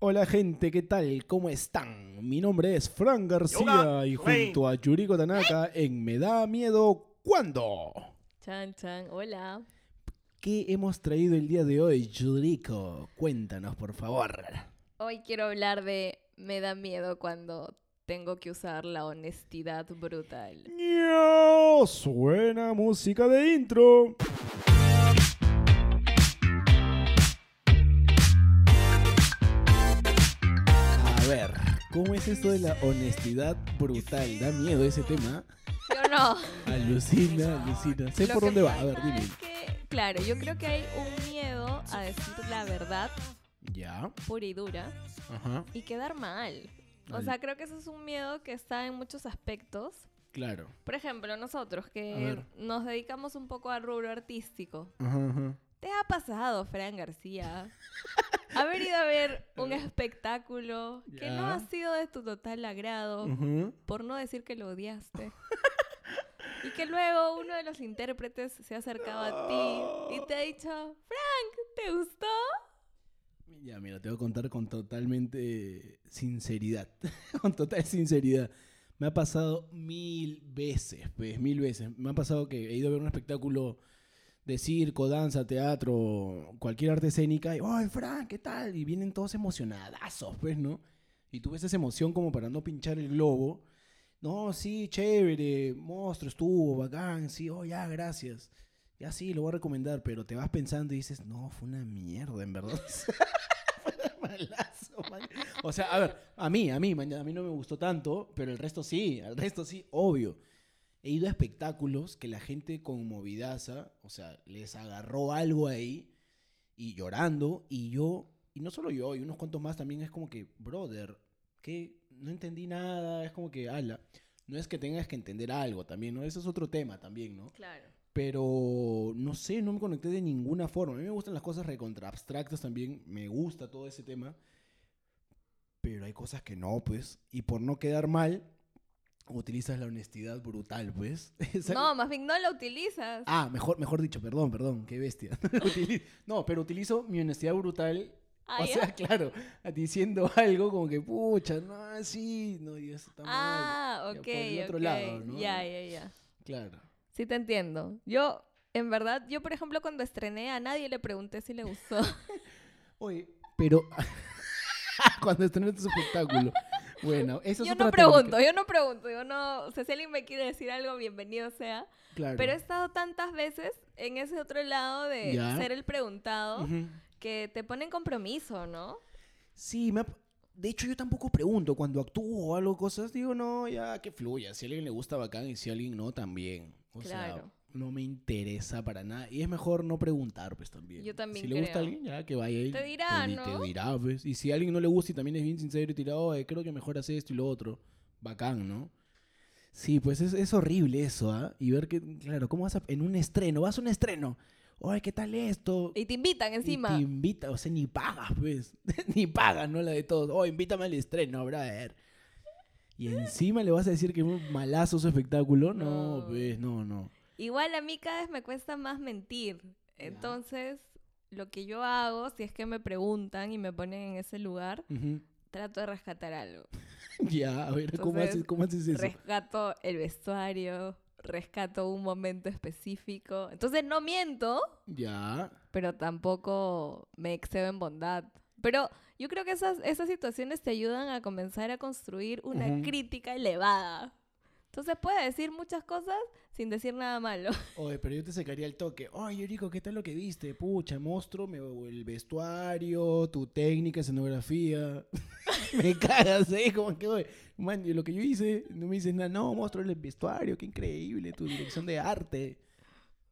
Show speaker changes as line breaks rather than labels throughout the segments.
Hola gente, ¿qué tal? ¿Cómo están? Mi nombre es Fran García
Yoga,
y
rey.
junto a Yuriko Tanaka en Me da miedo ¿Cuándo?
Chan, chan, hola.
¿Qué hemos traído el día de hoy, Yuriko? Cuéntanos, por favor.
Hoy quiero hablar de me da miedo cuando tengo que usar la honestidad brutal.
Ño, Suena música de intro. A ver, ¿cómo es esto de la honestidad brutal? Da miedo ese tema.
¿Sí o no?
Alucina, alucina. Sé
Lo
por
que
dónde va. A ver,
pasa
dime.
es que, claro, yo creo que hay un miedo a decir la verdad
Ya.
pura y dura
Ajá.
y quedar mal. O
Al-
sea, creo que ese es un miedo que está en muchos aspectos.
Claro.
Por ejemplo, nosotros
A
que
ver.
nos dedicamos un poco al rubro artístico.
Ajá, ajá.
¿Te ha pasado, Fran García? Haber ido a ver un espectáculo que no
Ya.
ha sido de tu total agrado,
Ujú.
por no decir que lo odiaste. y que luego uno de los intérpretes se ha acercado a ti y te ha dicho, Frank, ¿te gustó?
Ya, mira, te voy a contar con totalmente sinceridad. con total sinceridad. Me ha pasado mil veces, pues, mil veces. Me ha pasado que he ido a ver un espectáculo de circo, danza, teatro, cualquier arte escénica. Y, ¡ay, Frank, qué tal! Y vienen todos emocionadazos, pues, ¿no? Y tú ves esa emoción como para no pinchar el globo. No, sí, chévere, monstruo, estuvo, bacán, sí, oh, ya, gracias. Ya sí, lo voy a recomendar, pero te vas pensando y dices, no, fue una mierda, en verdad. Fue una malazo, man. O sea, a ver, a mí, a mí, man, a mí no me gustó tanto, pero el resto sí, al resto sí, obvio. He ido a espectáculos que la gente conmovidaza, o sea, les agarró algo ahí y llorando, y yo, y no solo yo, y unos cuantos más también es como que, brother, que no entendí nada, es como que, ala, no es que tengas que entender algo también, ¿no? Eso es otro tema también, ¿no?
Claro.
Pero no sé, no me conecté de ninguna forma. A mí me gustan las cosas recontra abstractas también. Me gusta todo ese tema. Pero hay cosas que no, pues. Y por no quedar mal, utilizas la honestidad brutal, pues. Esa-
No, más bien no la utilizas.
Ah, mejor, mejor dicho, perdón, perdón, qué bestia. Utili- no, pero utilizo mi honestidad brutal.
Ah,
o
¿ya?
sea, claro, diciendo algo como que, pucha, no, sí, no, y eso está mal.
Ah,
Ya,
ok,
por el otro
ok.
lado, ¿no?
Ya, ya, ya.
Claro.
Sí te entiendo. Yo, en verdad, yo por ejemplo cuando estrené a nadie le pregunté si le gustó.
Oye, pero cuando estrenaste su espectáculo. Bueno, eso es
Yo
otra
no
técnica,
pregunto, yo no pregunto, yo no, o sea, si alguien me quiere decir algo, bienvenido sea,
Claro.
pero he estado tantas veces en ese otro lado de
Ya.
ser el preguntado
Ujú.
que te ponen compromiso, ¿no?
Sí, me ha- de hecho yo tampoco pregunto cuando actúo o algo cosas, digo, no, ya que fluya, si a alguien le gusta bacán y si a alguien no también. O sea,
Claro.
no me interesa para nada y es mejor no preguntar pues también.
Yo también
Si le gusta a
creo.
alguien, ya que vaya él.
Te dirá,
te, di-
¿no?
Te dirá, pues. Y si a alguien no le gusta y también es bien sincero y te dirá, oye, creo que mejor hace esto y lo otro, bacán, ¿no? Sí, pues es, es horrible eso, ¿ah? Y ver que, claro, ¿cómo vas a, en un estreno? Vas a un estreno. Oye, ¿qué tal esto?
Y te invitan
Y
encima.
te invita, o sea, ni pagas, pues. ni pagas, ¿no? La de todos. Oh, invítame al estreno, brother. Y encima le vas a decir que es un malazo su espectáculo. No,
No.
pues, no, no.
Igual a mí cada vez me cuesta más mentir, entonces lo que yo hago, si es que me preguntan y me ponen en ese lugar,
Ujú.
trato de rescatar algo.
Ya, a ver, ¿cómo,
Entonces,
haces, ¿cómo haces eso?
Rescato el vestuario, rescato un momento específico, entonces no miento.
Ya.
pero tampoco me excedo en bondad. Pero yo creo que esas, esas situaciones te ayudan a comenzar a construir una
Ujú.
crítica elevada. Entonces puedes decir muchas cosas sin decir nada malo.
Oye, pero yo te sacaría el toque. Oye, Yuriko, ¿qué tal lo que viste? Pucha, monstruo, me, el vestuario, tu técnica, escenografía. me cagas, ¿eh? Como que, oye, man, lo que yo hice, no me dices nada. No, monstruo, el vestuario, qué increíble, tu dirección de arte.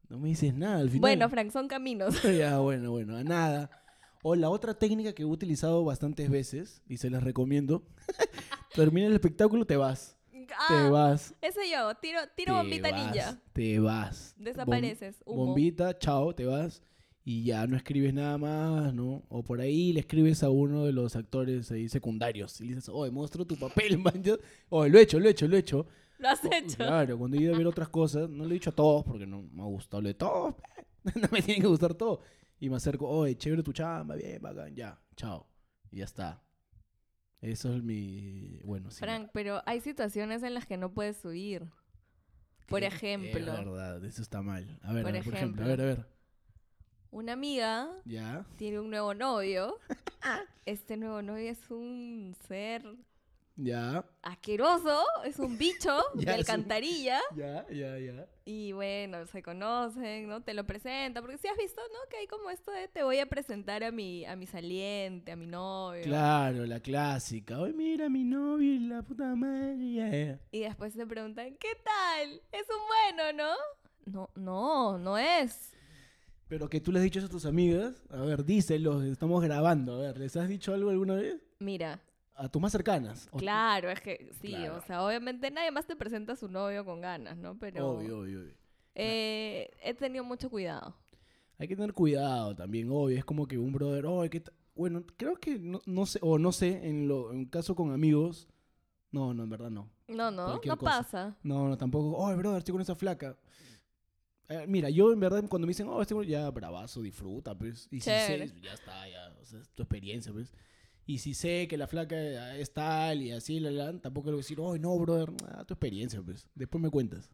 No me dices nada al final.
Bueno, Frank, son caminos.
ya, bueno, bueno, a nada. O la otra técnica que he utilizado bastantes veces, y se las recomiendo. Termina el espectáculo, te vas. Te
Ah,
vas.
eso yo hago. Tiro, tiro
te
bombita
vas,
ninja.
Te vas. Bom-
Desapareces. Humo.
bombita, chao, te vas y ya no escribes nada más, ¿no? O por ahí le escribes a uno de los actores ahí secundarios y le dices, oye, muestro tu papel, man. Yo- Oye, lo he hecho, lo he hecho, lo he hecho.
Lo has
O-
hecho.
Claro, cuando he ido a ver otras cosas, no lo he dicho a todos porque no me ha gustado lo de todos. no me tiene que gustar todo. Y me acerco, oye, chévere tu chamba, bien, bacán, ya, chao. Y ya está. Eso es mi. Bueno, sí.
Frank, pero hay situaciones en las que no puedes huir. Por
que- Es
ejemplo,
verdad, eso está mal. A ver,
Por
a ver, por ejemplo,
ejemplo.
a ver, a ver.
una amiga
Ya.
tiene un nuevo novio. Este nuevo novio es un ser
Ya,
asqueroso, es un bicho de
Ya, es un-
alcantarilla.
ya, ya, ya.
Y bueno, se conocen, ¿no? Te lo presenta. Porque si has visto, ¿no? Que hay como esto de te voy a presentar a mi, a mi saliente, a mi novio.
Claro, la clásica. Hoy mira mi novio y la puta madre. ya, ya.
Y después te preguntan, ¿qué tal? Es un bueno, ¿no? No, no, no es.
Pero que tú le has dicho eso a tus amigas. A ver, díselos, estamos grabando. A ver, ¿les has dicho algo alguna vez?
Mira,
A tus más cercanas. O-
claro, es que sí,
Claro.
o sea, obviamente nadie más te presenta a su novio con ganas, ¿no? Pero
Obvio, obvio, obvio.
eh, he tenido mucho cuidado.
Hay que tener cuidado también, obvio. Es como que un brother, oh, ¿qué ta-?" Bueno, creo que no, no sé, o no sé, en, lo, en caso con amigos. No, no, en verdad no.
No, no,
Cualquier
no
cosa.
pasa.
No, no, tampoco. Oh, brother, estoy con esa flaca. Eh, mira, yo en verdad cuando me dicen, oh, estoy con... Ya, bravazo, disfruta, pues. Y
Chévere.
si sé, ya está, ya. O sea, es tu experiencia, pues. Y si sé que la flaca eh, es tal y así, la, la, tampoco le voy a decir, oh, no, brother, ah, tu experiencia, pues. Después me cuentas.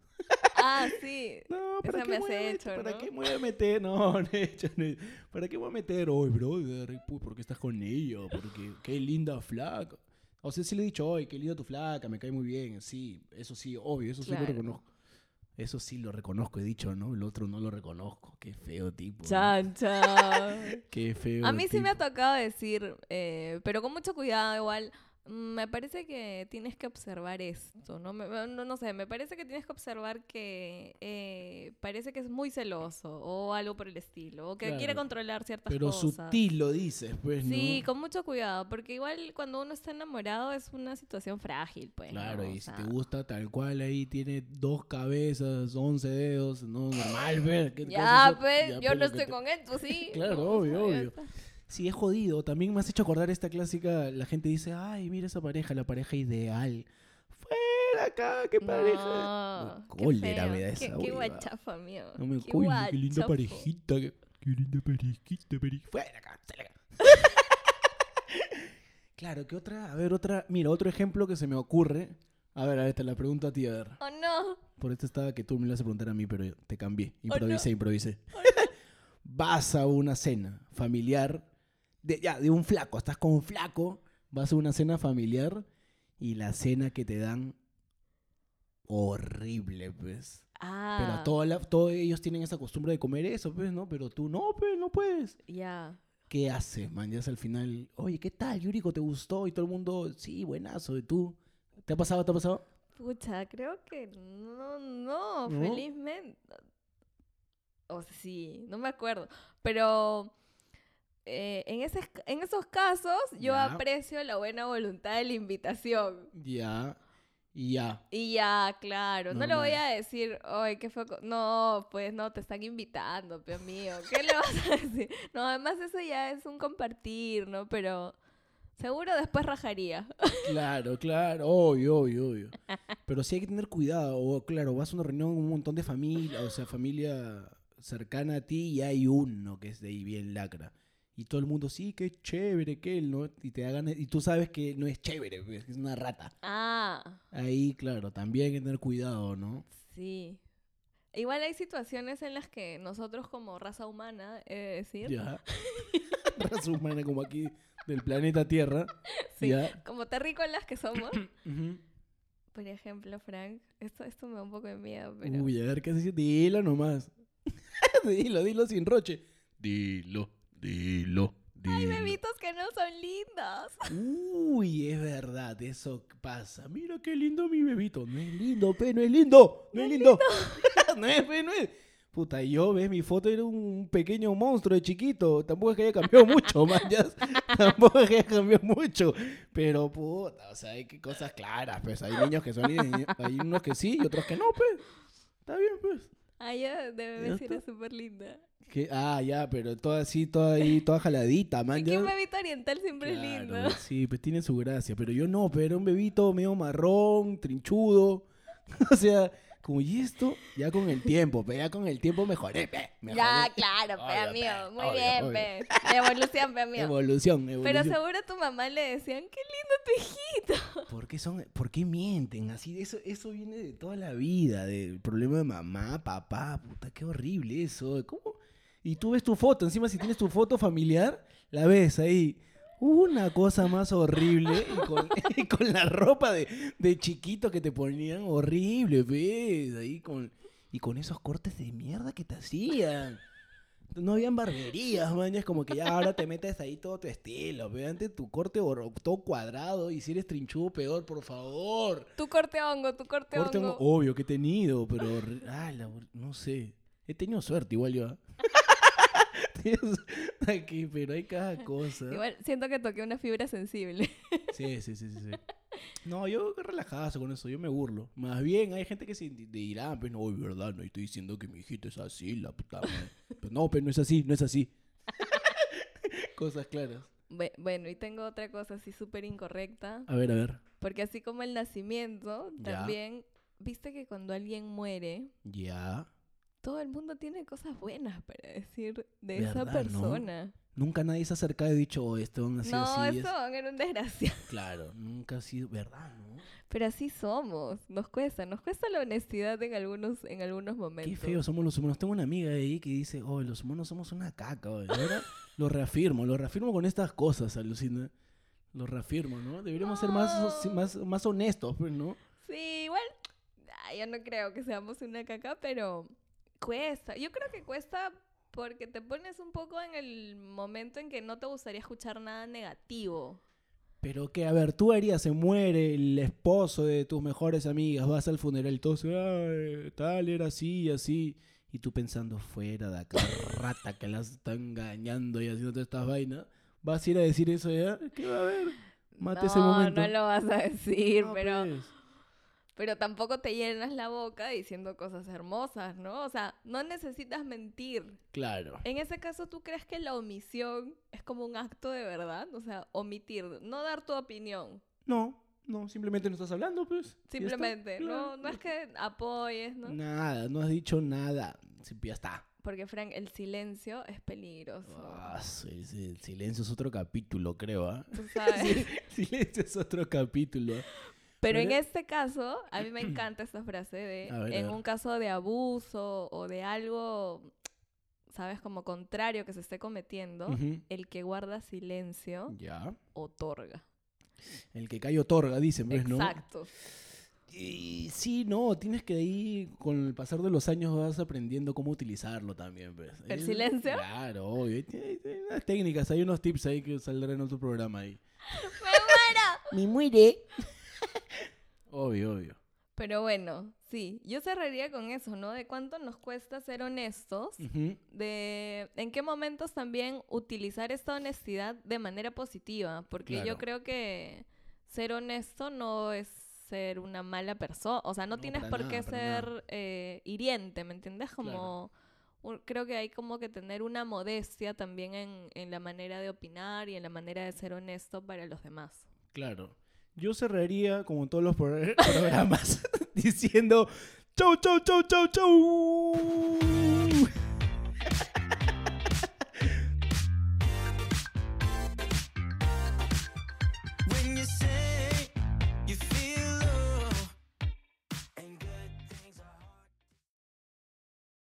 Ah, sí.
No,
Esa
¿para
me
qué
has
voy a
hecho,
meter? ¿Para
¿no?
qué me voy a meter? No, no he hecho, no he hecho. ¿Para qué voy a meter? Oye, brother, puy, ¿por qué estás con ella? Porque qué linda flaca. O sea, sí le he dicho, oye, qué linda tu flaca, me cae muy bien. Sí, eso sí, obvio, eso sí
Claro.
lo reconozco. Eso sí lo reconozco, he dicho, ¿no? El otro no lo reconozco. Qué feo tipo. ¿no?
Chan, chan.
Qué feo
A mí sí me ha
tipo.
tocado decir, eh, pero con mucho cuidado igual. mm, Me parece que tienes que observar esto, ¿no? Me- me- no, no sé, me parece que tienes que observar que eh, parece que es muy celoso o algo por el estilo, o que quiere
Claro.
controlar ciertas
Pero
cosas.
sutil lo dices, pues, ¿no?
Sí, con mucho cuidado, porque igual cuando uno está enamorado es una situación frágil, pues. ¿no?
Claro,
O
y si
sea,
te gusta tal cual ahí tiene dos cabezas, once dedos, no normal, ver. ¿qué cosa es
Ya,
eso?
pues,
Ya,
yo
pues,
no
lo que
estoy
te-
con él, tú sí.
Claro,
No,
obvio,
o sea, ya
obvio.
está.
Sí, es jodido. También me has hecho acordar esta clásica. La gente dice, ay, mira esa pareja, la pareja ideal. Fuera acá, qué pareja.
No,
Me
qué
cólera
feo,
me da esa
Qué, qué
hueva.
guachafa, amigo.
No me
qué
coño, qué linda
guachafo.
parejita. Qué, qué linda parejita, parejita. Fuera acá, sal acá. claro, ¿qué otra? A ver, otra. Mira, otro ejemplo que se me ocurre. A ver, a ver, te la pregunto a ti, a ver.
Oh no,
Por esto estaba que tú me lo ibas a preguntar a mí, pero yo te cambié.
Oh, no. Oh,
Improvisé, improvisé. vas a una cena familiar, de, ya, de un flaco, estás con un flaco, vas a una cena familiar y la cena que te dan, horrible, pues.
Ah,
Pero a toda la- todos ellos tienen esa costumbre de comer eso, pues, ¿no? Pero tú no, pues, no puedes.
ya.
¿Qué haces, man? Ya es al final, oye, ¿qué tal, Yuriko? ¿Te gustó? Y todo el mundo, sí, buenazo, ¿y tú? ¿Te ha pasado, te ha pasado?
Pucha, creo que no, no,
¿No?
felizmente. O sí, no me acuerdo. Pero eh, en, ese, en esos casos yo
Ya.
aprecio la buena voluntad de la invitación.
Ya, y ya.
Y ya, claro, no le voy
Normal.
a decir, ay, qué fue. No, pues no, te están invitando, pio mío. ¿Qué le vas a decir? No, además eso ya es un compartir, ¿no? Pero seguro después rajaría.
Claro, claro, obvio, obvio, obvio. Pero sí hay que tener cuidado. O, claro, vas a una reunión con un montón de familia, o sea, familia cercana a ti y hay uno que es de ahí bien lacra. Y todo el mundo, sí, qué chévere, que él, ¿no? Y te hagan, y tú sabes que no es chévere, pues, que es una rata.
Ah,
Ahí, claro, también hay que tener cuidado, ¿no?
sí. Igual hay situaciones en las que nosotros como raza humana, he de decir,
Ya. Raza humana como aquí del planeta Tierra.
Sí.
Ya.
como terrícolas que somos,
Ujú.
por ejemplo, Frank, esto, esto me da un poco de miedo, pero...
Uy, a ver, ¿qué haces? Dilo nomás. dilo, dilo sin roche. Dilo, dilo, dilo.
Hay bebitos que no son lindos.
Uy, es verdad, eso pasa. Mira qué lindo mi bebito. No es lindo, pe, no es lindo. No, es lindo. no es, pe, no es. Puta, y yo ves mi foto, era un pequeño monstruo de chiquito. Tampoco es que haya cambiado mucho, man. ya. Tampoco es que haya cambiado mucho. Pero puta, o sea, hay que cosas claras, pues. Hay niños que son, y hay unos que sí y otros que no, pues. Está bien, pues.
Ay, yo de bebé sí era
está.
súper linda.
Que- Ah, ya, pero toda así, toda ahí, toda jaladita, man.
Es que
Ah, ya.
un bebito oriental siempre es
Claro,
lindo.
pues, Sí, pues tiene su gracia, pero yo no, pero era un bebito medio marrón, trinchudo. o sea, como, ¿y esto? Ya con el tiempo, pe, ya con el tiempo mejoré, pe, mejoré.
Ya, claro, pe,
Obvio,
amigo.
pe,
Muy
obvio,
bien,
obvio.
pe. Evolución, pe, amigo.
Evolución, evolución.
Pero seguro a tu mamá le decían, qué lindo tu hijito.
¿Por qué, son, ¿Por qué mienten? Así, eso, eso viene de toda la vida, del problema de mamá, papá, puta, qué horrible eso. ¿Cómo? Y tú ves tu foto, encima si tienes tu foto familiar, la ves ahí. Una cosa más horrible y con, y con la ropa de, de chiquito que te ponían horrible, ¿ves? Ahí con, y con esos cortes de mierda que te hacían. No habían barberías, man. ya Es como que ya ahora te metes ahí todo tu estilo. Pero antes tu corte oro- todo cuadrado. Y si eres trinchudo, peor, por favor.
Tu corte hongo, tu corte,
Corte
hongo.
hongo- obvio que he tenido, pero re- ala, bol- no sé. He tenido suerte igual yo. ¿ah? Tienes- Aquí, pero hay cada cosa.
Igual siento que toqué una fibra sensible.
Sí, sí, sí, sí, sí. No, yo relajado con eso, yo me burlo. Más bien, hay gente que se di- dirá, pues no, es verdad, no estoy diciendo que mi hijito es así, la puta madre". Pero no, pero no es así, no es así. Cosas claras.
Bu- Bueno, y tengo otra cosa así súper incorrecta.
A ver, a ver.
Porque así como el nacimiento,
Ya.
también, viste que cuando alguien muere,
Ya.
todo el mundo tiene cosas buenas para decir de
¿Verdad,
esa
no?
persona.
Nunca nadie se ha acercado y ha dicho, oh, este van a
No,
así. es".
eso era un desgracia.
Claro, nunca ha sido verdad, ¿no?
Pero así somos, nos cuesta, nos cuesta la honestidad en algunos, en algunos momentos.
Qué feo somos los humanos. Tengo una amiga ahí que dice, oh, los humanos somos una caca. oye". Ahora lo reafirmo, lo reafirmo con estas cosas, alucina. Lo reafirmo, ¿no? Deberíamos ser más,
No.
más, más honestos, pues, ¿no?
Sí, igual, ah, yo no creo que seamos una caca, pero cuesta. Yo creo que cuesta porque te pones un poco en el momento en que no te gustaría escuchar nada negativo.
Pero que, a ver, tú harías, se muere el esposo de tus mejores amigas, vas al funeral y todo, "Ay, tal, era así, así. Y tú pensando, fuera de acá, rata, que las están engañando y haciendo todas estas vainas. ¿Vas a ir a decir eso ya? ¿Qué va a haber? Mate
no,
ese momento.
no lo vas a decir,
No,
pero,
pues.
pero tampoco te llenas la boca diciendo cosas hermosas, ¿no? O sea, no necesitas mentir.
Claro.
En ese caso, ¿tú crees que la omisión es como un acto de verdad? O sea, omitir, no dar tu opinión.
No, no, simplemente no estás hablando, pues. Ya está,
Simplemente, no,
claro.
no es que apoyes, ¿no?
Nada, no has dicho nada. Sí, Ya está.
Porque, Frank, el silencio es peligroso.
Ah, sí, sí, el silencio es otro capítulo, creo, ¿ah?
Tú sabes.
Silencio es otro capítulo.
Pero en
Pero-
este caso, a mí me encanta esta frase de,
A ver, a
en
ver.
un caso de abuso o de algo, ¿sabes? Como contrario que se esté cometiendo,
Ujú. Mm.
el que guarda silencio
Ya.
otorga.
El que cae otorga, dicen, ¿ves, no?
Exacto.
Y sí, no, tienes que ahí, con el pasar de los años vas aprendiendo cómo utilizarlo también, pues.
¿El
Ahí-
silencio?
Claro, obvio. Hay, hay- hay unas técnicas, hay unos tips ahí que saldrán en otro programa ahí. ¡Me muere! obvio, obvio.
Pero bueno, sí, yo cerraría con eso, ¿no? De cuánto nos cuesta ser honestos,
Ujú.
de en qué momentos también utilizar esta honestidad de manera positiva, porque yo
Claro.
creo que ser honesto no es ser una mala persona, o sea, no,
No,
tienes
para
por
nada,
qué
para nada.
ser eh, hiriente, ¿me entiendes? Como un- creo que hay como que tener una modestia también en, en la manera de opinar y en la manera de ser honesto para los demás.
Claro. Yo cerraría, como todos los pro- programas, diciendo: ¡Chau, chau, chau, chau, chau!